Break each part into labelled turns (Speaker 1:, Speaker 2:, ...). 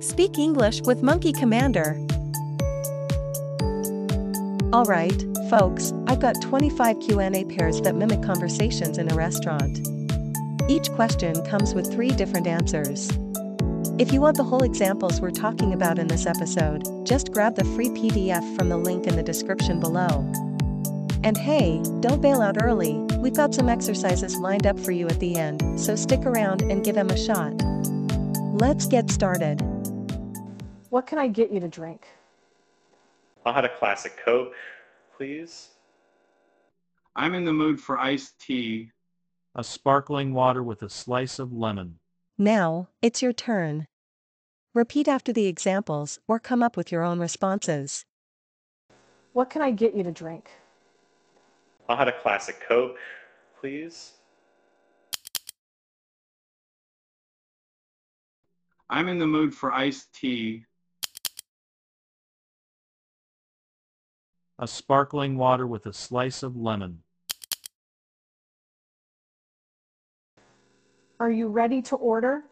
Speaker 1: Speak English with Monkey Commander. Alright, folks, I've got 25 Q&A pairs that mimic conversations in a restaurant. Each question comes with three different answers. If you want the whole examples we're talking about in this episode, just grab the free PDF from the link in the description below. And hey, don't bail out early, we've got some exercises lined up for you at the end, so stick around and give them a shot. Let's get started.
Speaker 2: What can I get you to drink?
Speaker 3: I'll have a classic Coke, please.
Speaker 4: I'm in the mood for iced tea.
Speaker 5: a sparkling water with a slice of lemon.
Speaker 1: Now, it's your turn. Repeat after the examples or come up with your own responses.
Speaker 2: What can I get you to drink?
Speaker 3: I'll have a classic Coke, please.
Speaker 4: I'm in the mood for iced tea.
Speaker 5: A sparkling water with a slice of lemon.
Speaker 2: Are you ready to order?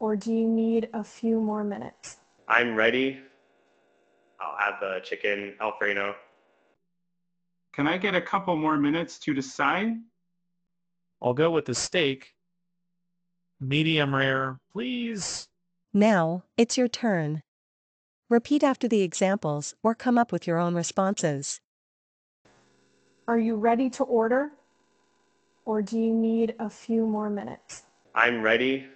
Speaker 2: Or do you need a few more minutes?
Speaker 3: I'm ready. I'll add the chicken Alfredo.
Speaker 4: Can I get a couple more minutes to decide?
Speaker 5: I'll go with the steak. Medium rare, please.
Speaker 1: Now, it's your turn. Repeat after the examples or come up with your own responses.
Speaker 2: Are you ready to order? Or do you need a few more minutes?
Speaker 3: I'm ready.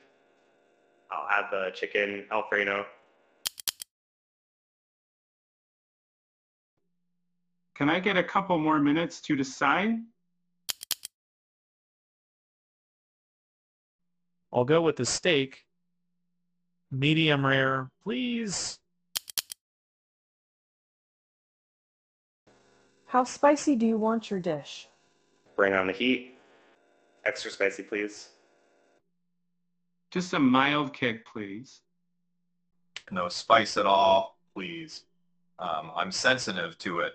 Speaker 3: I'll add the chicken Alfredo.
Speaker 4: Can I get a couple more minutes to decide?
Speaker 5: I'll go with the steak. Medium rare, please.
Speaker 2: How spicy do you want your dish?
Speaker 3: Bring on the heat. Extra spicy, please.
Speaker 4: Just a mild kick, please.
Speaker 6: no spice at all, please. Um, I'm sensitive to it.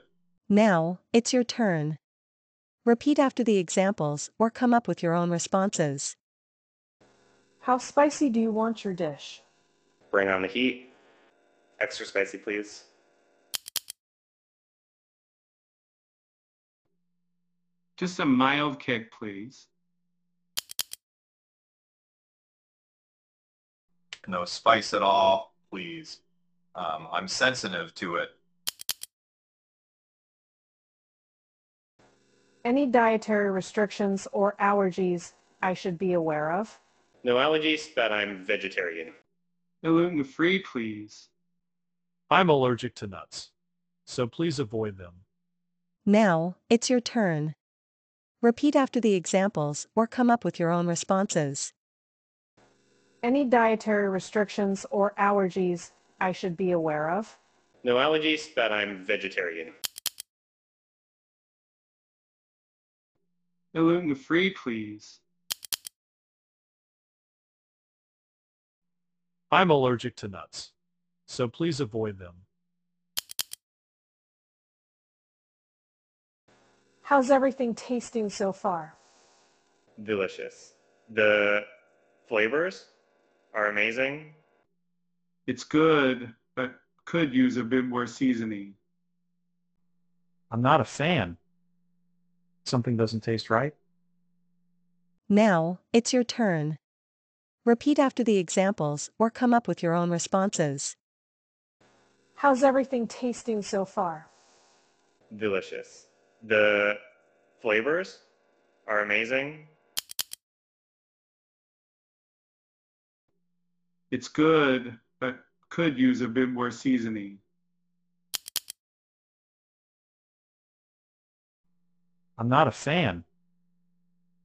Speaker 1: Now, it's your turn. Repeat after the examples or come up with your own responses.
Speaker 2: How spicy do you want your dish?
Speaker 3: Bring on the heat. Extra spicy, please.
Speaker 4: Just a mild kick, please.
Speaker 6: No spice at all, please. Um, I'm sensitive to it.
Speaker 2: Any dietary restrictions or allergies I should be aware of?
Speaker 3: No allergies, but I'm vegetarian.
Speaker 4: Gluten-free, please.
Speaker 5: I'm allergic to nuts. So please avoid them.
Speaker 1: Now, it's your turn. Repeat after the examples or come up with your own responses.
Speaker 2: Any dietary restrictions or allergies I should be aware of?
Speaker 3: No allergies, but I'm vegetarian.
Speaker 4: Gluten-free, please.
Speaker 5: I'm allergic to nuts. So please avoid them.
Speaker 2: How's everything tasting so far?
Speaker 3: Delicious. The flavors are amazing.
Speaker 4: It's good, but could use a bit more seasoning.
Speaker 5: I'm not a fan. Something doesn't taste right.
Speaker 1: Now, it's your turn. Repeat after the examples or come up with your own responses.
Speaker 2: How's everything tasting so far?
Speaker 3: delicious. The flavors are amazing.
Speaker 4: It's good, but could use a bit more seasoning.
Speaker 5: I'm not a fan.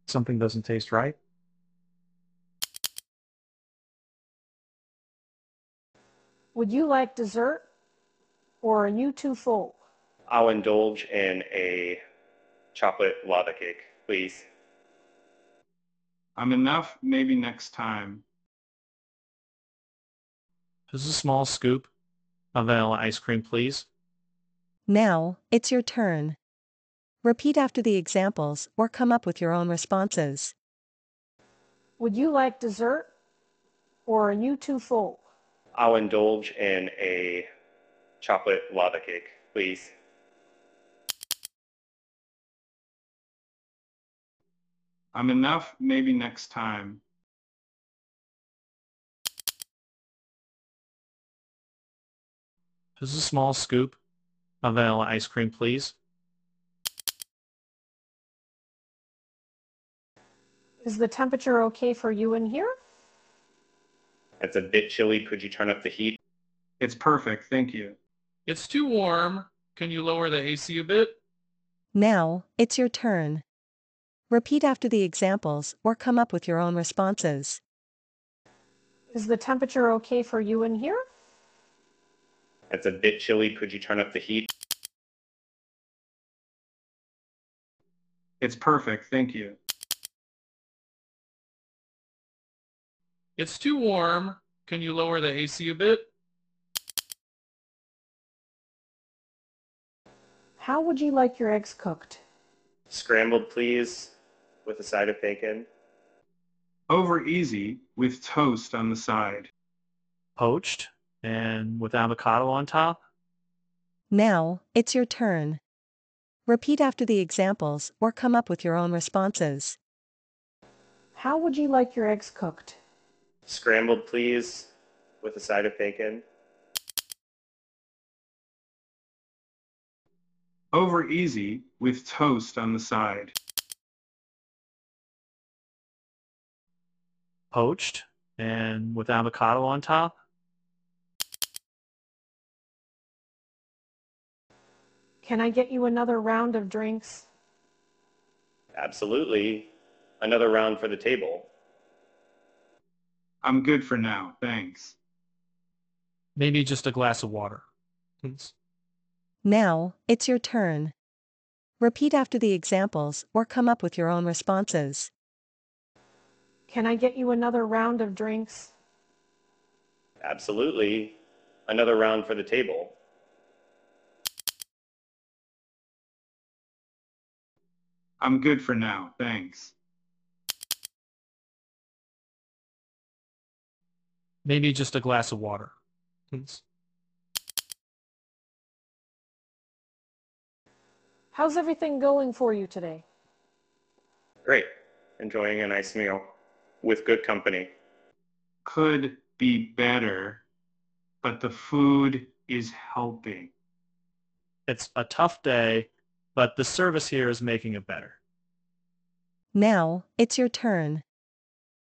Speaker 5: Something doesn't taste right.
Speaker 2: Would you like dessert? Or are you too full?
Speaker 3: I'll indulge in a chocolate lava cake, please.
Speaker 4: I'm enough, maybe next time.
Speaker 5: Just a small scoop of vanilla ice cream, please.
Speaker 1: Now, it's your turn. Repeat after the examples or come up with your own responses.
Speaker 2: Would you like dessert? Or are you too full?
Speaker 3: I'll indulge in a chocolate lava cake, please.
Speaker 4: I'm enough, maybe next time.
Speaker 5: Just a small scoop of vanilla ice cream, please.
Speaker 2: Is the temperature okay for you in here?
Speaker 3: It's a bit chilly. Could you turn up the heat?
Speaker 4: It's perfect, thank you.
Speaker 7: It's too warm. Can you lower the AC a bit?
Speaker 1: Now, it's your turn. Repeat after the examples or come up with your own responses.
Speaker 2: Is the temperature okay for you in here?
Speaker 3: It's a bit chilly. Could you turn up the heat?
Speaker 4: It's perfect, thank you.
Speaker 7: It's too warm. Can you lower the AC a bit?
Speaker 2: How would you like your eggs cooked?
Speaker 3: Scrambled, please, with a side of bacon.
Speaker 4: Over easy with toast on the side.
Speaker 5: Poached and with avocado on top.
Speaker 1: Now, it's your turn. Repeat after the examples or come up with your own responses.
Speaker 2: How would you like your eggs cooked?
Speaker 3: Scrambled, please, with a side of bacon.
Speaker 4: Over easy with toast on the side.
Speaker 5: Poached and with avocado on top.
Speaker 2: Can I get you another round of drinks?
Speaker 3: Absolutely. Another round for the table.
Speaker 4: I'm good for now, thanks.
Speaker 5: Maybe just a glass of water. please.
Speaker 1: Now, it's your turn. Repeat after the examples or come up with your own responses.
Speaker 2: Can I get you another round of drinks?
Speaker 3: Absolutely. Another round for the table.
Speaker 4: I'm good for now, thanks.
Speaker 5: Maybe just a glass of water. please.
Speaker 2: How's everything going for you today?
Speaker 3: Great. Enjoying a nice meal with good company.
Speaker 4: Could be better, but the food is helping.
Speaker 5: It's a tough day, but the service here is making it better.
Speaker 1: Now, it's your turn.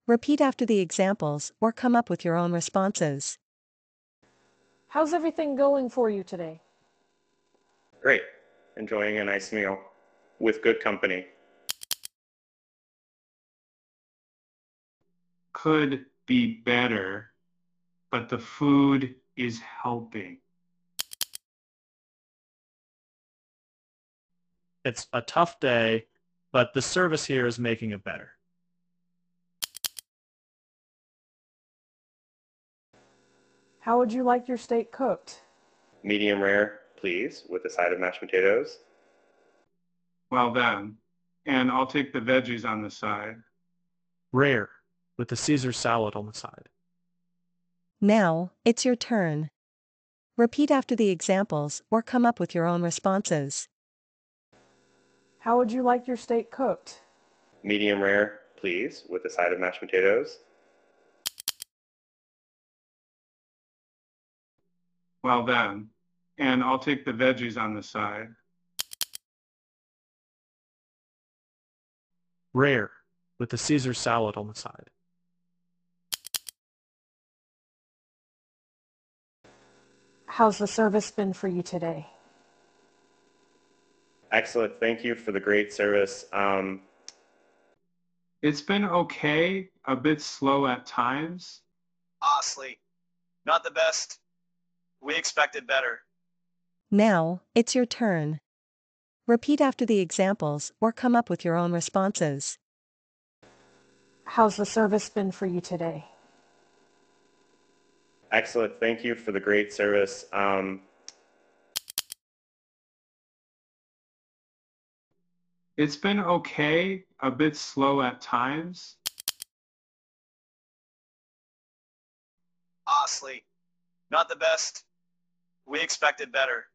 Speaker 1: Repeat after the examples or come up with your own responses.
Speaker 2: How's everything going for you today?
Speaker 3: Great. Enjoying a nice meal with good company.
Speaker 4: Could be better, but the food is helping.
Speaker 5: It's a tough day, but the service here is making it better.
Speaker 2: How would you like your steak cooked?
Speaker 3: Medium rare, please, with a side of mashed potatoes.
Speaker 4: Well done. And I'll take the veggies on the side.
Speaker 5: Rare, with the Caesar salad on the side.
Speaker 1: Now, it's your turn. Repeat after the examples or come up with your own responses.
Speaker 2: How would you like your steak cooked?
Speaker 3: Medium rare, please, with a side of mashed potatoes.
Speaker 4: Well done. And I'll take the veggies on the side.
Speaker 5: Rare, with the Caesar salad on the side.
Speaker 2: How's the service been for you today?
Speaker 3: Excellent. Thank you for the great service. Um,
Speaker 4: It's been okay, a bit slow at times.
Speaker 8: Honestly, not the best. We expected better.
Speaker 1: Now, it's your turn. Repeat after the examples or come up with your own responses.
Speaker 2: How's the service been for you today?
Speaker 3: excellent. Thank you for the great service. Um,
Speaker 4: It's been okay, a bit slow at times.
Speaker 8: Honestly, Not the best. We expected better.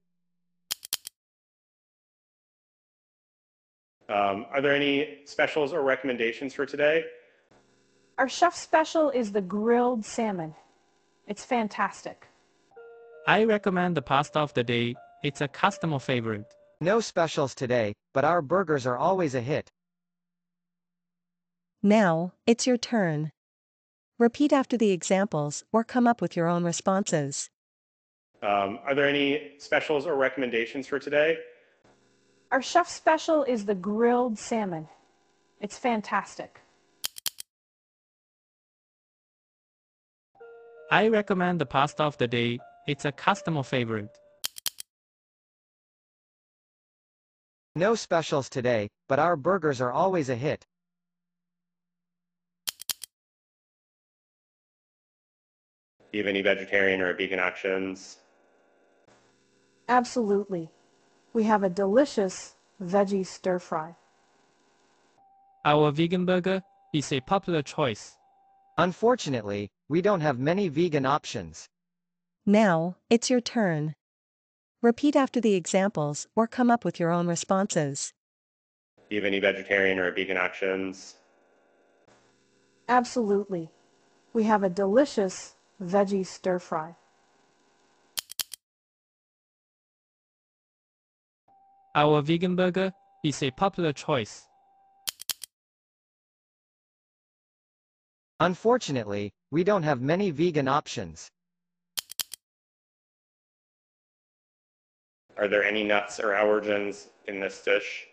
Speaker 3: Um, are there any specials or recommendations for today?
Speaker 2: Our chef special is the grilled salmon. It's fantastic.
Speaker 9: I recommend the pasta of the day. It's a customer favorite.
Speaker 10: No specials today, but our burgers are always a hit.
Speaker 1: Now, it's your turn. Repeat after the examples or come up with your own responses.
Speaker 3: Um, are there any specials or recommendations for today?
Speaker 2: Our chef special is the grilled salmon. It's fantastic.
Speaker 9: I recommend the pasta of the day. It's a customer favorite.
Speaker 10: No specials today, but our burgers are always a hit.
Speaker 3: Do you have any vegetarian or vegan options?
Speaker 2: Absolutely. We have a delicious veggie stir fry.
Speaker 9: Our vegan burger is a popular choice.
Speaker 10: Unfortunately, we don't have many vegan options.
Speaker 1: Now, it's your turn. Repeat after the examples or come up with your own responses.
Speaker 3: Do you have any vegetarian or vegan options?
Speaker 2: Absolutely. We have a delicious veggie stir fry.
Speaker 9: Our vegan burger is a popular choice.
Speaker 10: Unfortunately, we don't have many vegan options.
Speaker 3: Are there any nuts or allergens in this dish?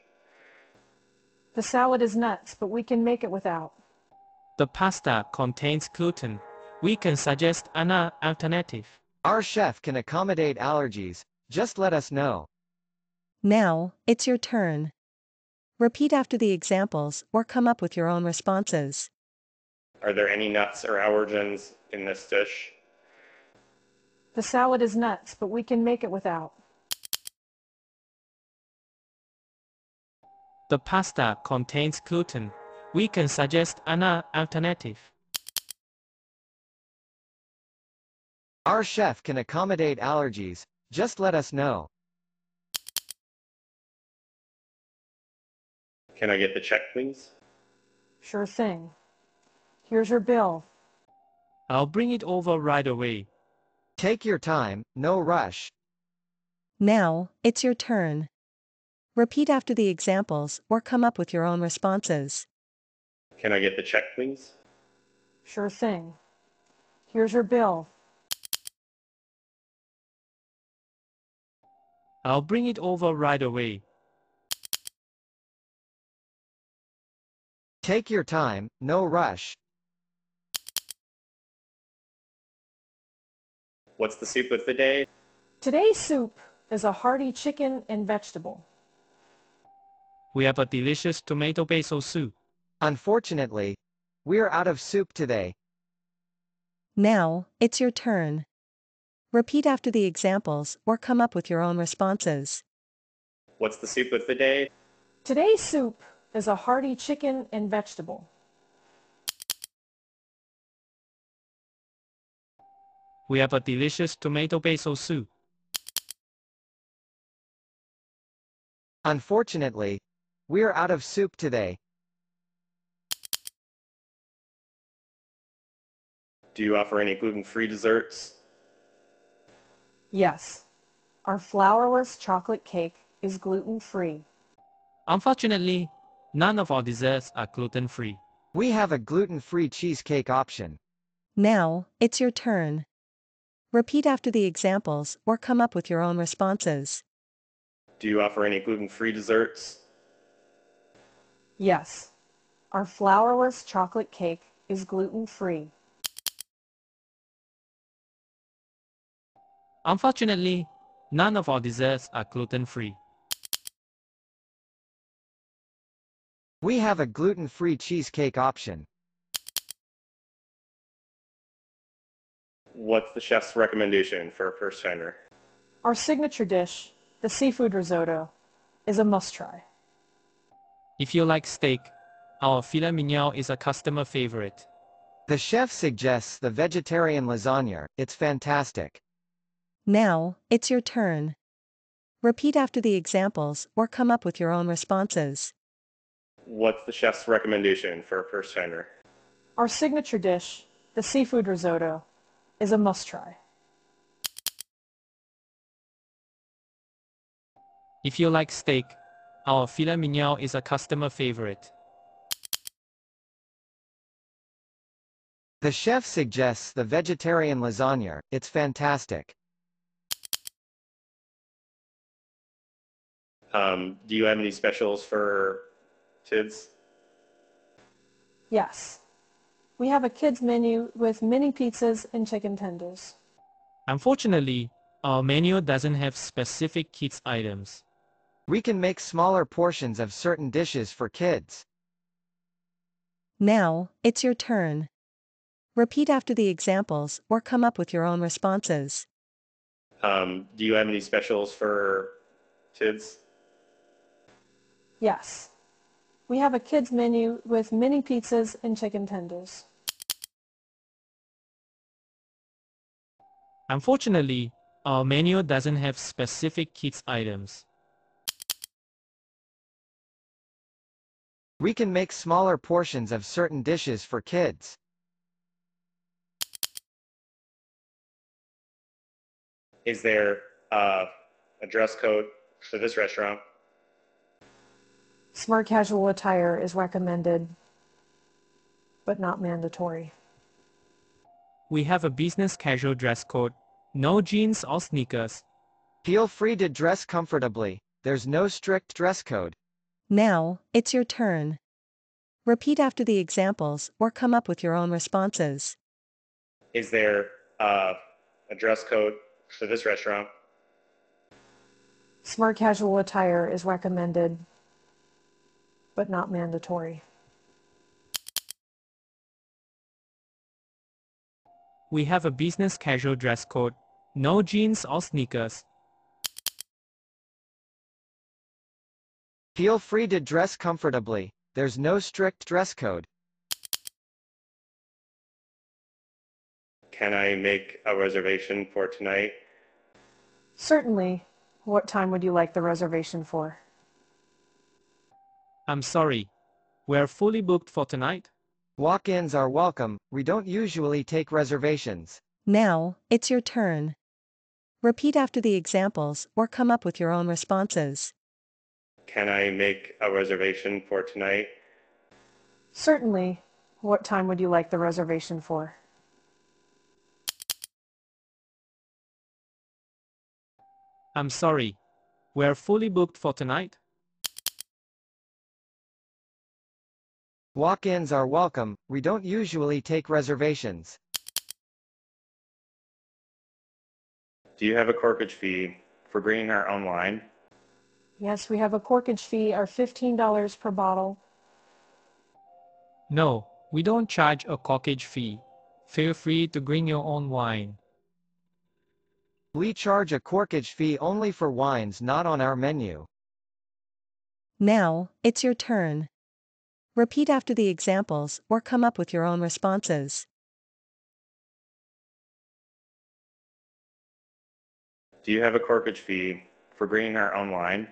Speaker 2: The salad is nuts, but we can make it without.
Speaker 9: The pasta contains gluten. We can suggest an alternative.
Speaker 10: Our chef can accommodate allergies, just let us know.
Speaker 1: Now, it's your turn. Repeat after the examples or come up with your own responses.
Speaker 3: Are there any nuts or allergens in this dish?
Speaker 2: The salad is nuts, but we can make it without.
Speaker 9: The pasta contains gluten. We can suggest an alternative.
Speaker 10: Our chef can accommodate allergies, just let us know.
Speaker 3: Can I get the check, please?
Speaker 2: Sure thing. Here's your bill.
Speaker 9: I'll bring it over right away.
Speaker 10: Take your time, no rush.
Speaker 1: Now, it's your turn. Repeat after the examples or come up with your own responses.
Speaker 3: Can I get the check, please?
Speaker 2: Sure thing. Here's your bill.
Speaker 9: I'll bring it over right away.
Speaker 10: Take your time, no rush.
Speaker 3: What's the soup of the day?
Speaker 2: Today's soup is a hearty chicken and vegetable.
Speaker 9: We have a delicious tomato basil soup.
Speaker 10: Unfortunately, we're out of soup today.
Speaker 1: Now, it's your turn. Repeat after the examples or come up with your own responses.
Speaker 3: What's the soup of the day?
Speaker 2: Today's soup is a hearty chicken and vegetable.
Speaker 9: We have a delicious tomato basil soup.
Speaker 10: Unfortunately, we're out of soup today.
Speaker 3: Do you offer any gluten-free desserts?
Speaker 2: Yes. Our flourless chocolate cake is gluten-free.
Speaker 9: Unfortunately, none of our desserts are gluten-free.
Speaker 10: We have a gluten-free cheesecake option.
Speaker 1: Now, it's your turn. Repeat after the examples or come up with your own responses.
Speaker 3: Do you offer any gluten-free desserts?
Speaker 2: Yes. Our flourless chocolate cake is gluten-free.
Speaker 9: Unfortunately, none of our desserts are gluten-free.
Speaker 10: We have a gluten-free cheesecake option.
Speaker 3: What's the chef's recommendation for a first timer?
Speaker 2: Our signature dish, the seafood risotto, is a must-try.
Speaker 9: If you like steak, our filet mignon is a customer favorite.
Speaker 10: The chef suggests the vegetarian lasagna, it's fantastic.
Speaker 1: Now, it's your turn. Repeat after the examples or come up with your own responses.
Speaker 3: What's the chef's recommendation for a first timer?
Speaker 2: Our signature dish, the seafood risotto, is a must try.
Speaker 9: If you like steak, our filet mignon is a customer favorite.
Speaker 10: The chef suggests the vegetarian lasagna, it's fantastic.
Speaker 3: Um, do you have any specials for kids?
Speaker 2: Yes. We have a kids menu with mini pizzas and chicken tenders.
Speaker 9: Unfortunately, our menu doesn't have specific kids items.
Speaker 10: We can make smaller portions of certain dishes for kids.
Speaker 1: Now, it's your turn. Repeat after the examples or come up with your own responses.
Speaker 3: Um, do you have any specials for kids?
Speaker 2: Yes. We have a kids menu with mini pizzas and chicken tenders.
Speaker 9: Unfortunately, our menu doesn't have specific kids items.
Speaker 10: We can make smaller portions of certain dishes for kids.
Speaker 3: Is there uh, a dress code for this restaurant?
Speaker 2: Smart casual attire is recommended, but not mandatory.
Speaker 9: We have a business casual dress code, no jeans or sneakers.
Speaker 10: Feel free to dress comfortably, there's no strict dress code.
Speaker 1: Now, it's your turn. Repeat after the examples or come up with your own responses.
Speaker 3: Is there uh, a dress code for this restaurant?
Speaker 2: Smart casual attire is recommended, but not mandatory.
Speaker 9: We have a business casual dress code, no jeans or sneakers.
Speaker 10: Feel free to dress comfortably, there's no strict dress code.
Speaker 3: Can I make a reservation for tonight?
Speaker 2: Certainly, what time would you like the reservation for?
Speaker 9: I'm sorry. We're fully booked for tonight.
Speaker 10: Walk-ins are welcome, we don't usually take reservations.
Speaker 1: Now, it's your turn. Repeat after the examples or come up with your own responses.
Speaker 3: Can I make a reservation for tonight?
Speaker 2: Certainly, what time would you like the reservation for?
Speaker 9: I'm sorry. We're fully booked for tonight.
Speaker 10: Walk-ins are welcome, we don't usually take reservations.
Speaker 3: Do you have a corkage fee for bringing our own wine?
Speaker 2: Yes, we have a corkage fee of $15 per bottle.
Speaker 9: No, we don't charge a corkage fee. Feel free to bring your own wine.
Speaker 10: We charge a corkage fee only for wines not on our menu.
Speaker 1: Now, it's your turn. Repeat after the examples or come up with your own responses.
Speaker 3: Do you have a corkage fee for bringing our own wine?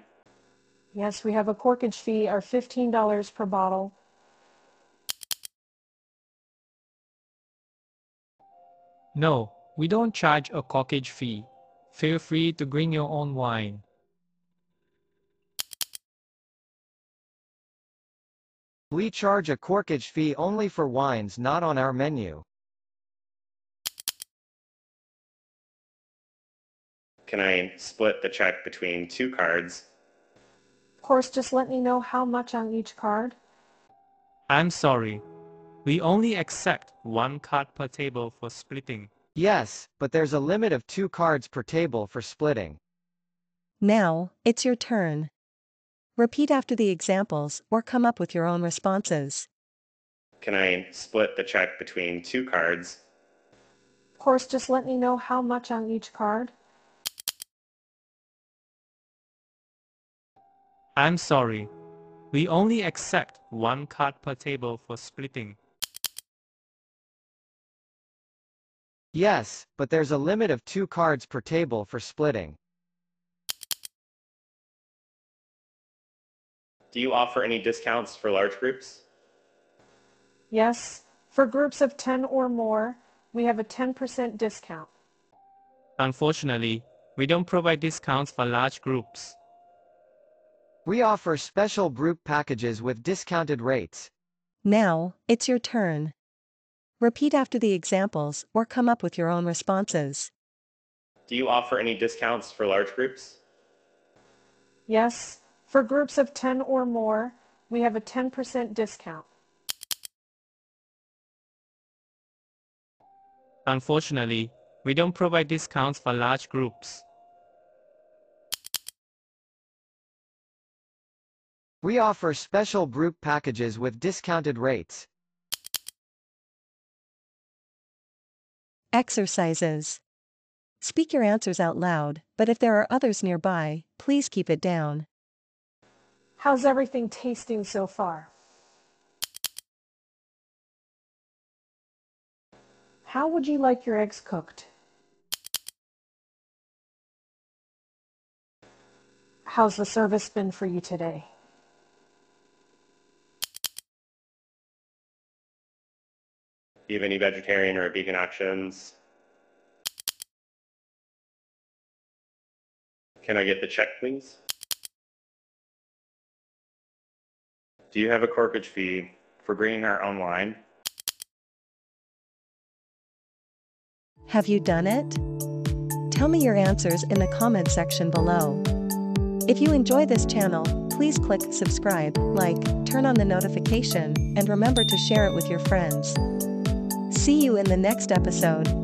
Speaker 2: Yes, we have a corkage fee of $15 per bottle.
Speaker 9: No, we don't charge a corkage fee. Feel free to bring your own wine.
Speaker 10: We charge a corkage fee only for wines not on our menu.
Speaker 3: Can I split the check between two cards?
Speaker 2: Of course, just let me know how much on each card.
Speaker 9: I'm sorry. We only accept one card per table for splitting.
Speaker 10: Yes, but there's a limit of two cards per table for splitting.
Speaker 1: Now, it's your turn. Repeat after the examples or come up with your own responses.
Speaker 3: Can I split the check between two cards?
Speaker 2: Of course, just let me know how much on each card.
Speaker 9: I'm sorry. We only accept one card per table for splitting.
Speaker 10: Yes, but there's a limit of two cards per table for splitting.
Speaker 3: Do you offer any discounts for large groups?
Speaker 2: Yes, for groups of 10 or more, we have a 10% discount.
Speaker 9: Unfortunately, we don't provide discounts for large groups.
Speaker 10: We offer special group packages with discounted rates.
Speaker 1: Now, it's your turn. Repeat after the examples or come up with your own responses.
Speaker 3: Do you offer any discounts for large groups?
Speaker 2: Yes, for groups of 10 or more, we have a 10% discount.
Speaker 9: Unfortunately, we don't provide discounts for large groups.
Speaker 10: We offer special group packages with discounted rates.
Speaker 1: Exercises. Speak your answers out loud, but if there are others nearby, please keep it down.
Speaker 2: How's everything tasting so far? How would you like your eggs cooked? How's the service been for you today?
Speaker 3: Do you have any vegetarian or vegan options? Can I get the check, please? Do you have a corkage fee for bringing our own wine?
Speaker 1: Have you done it? Tell me your answers in the comment section below. If you enjoy this channel, please click subscribe, like, turn on the notification, and remember to share it with your friends. See you in the next episode.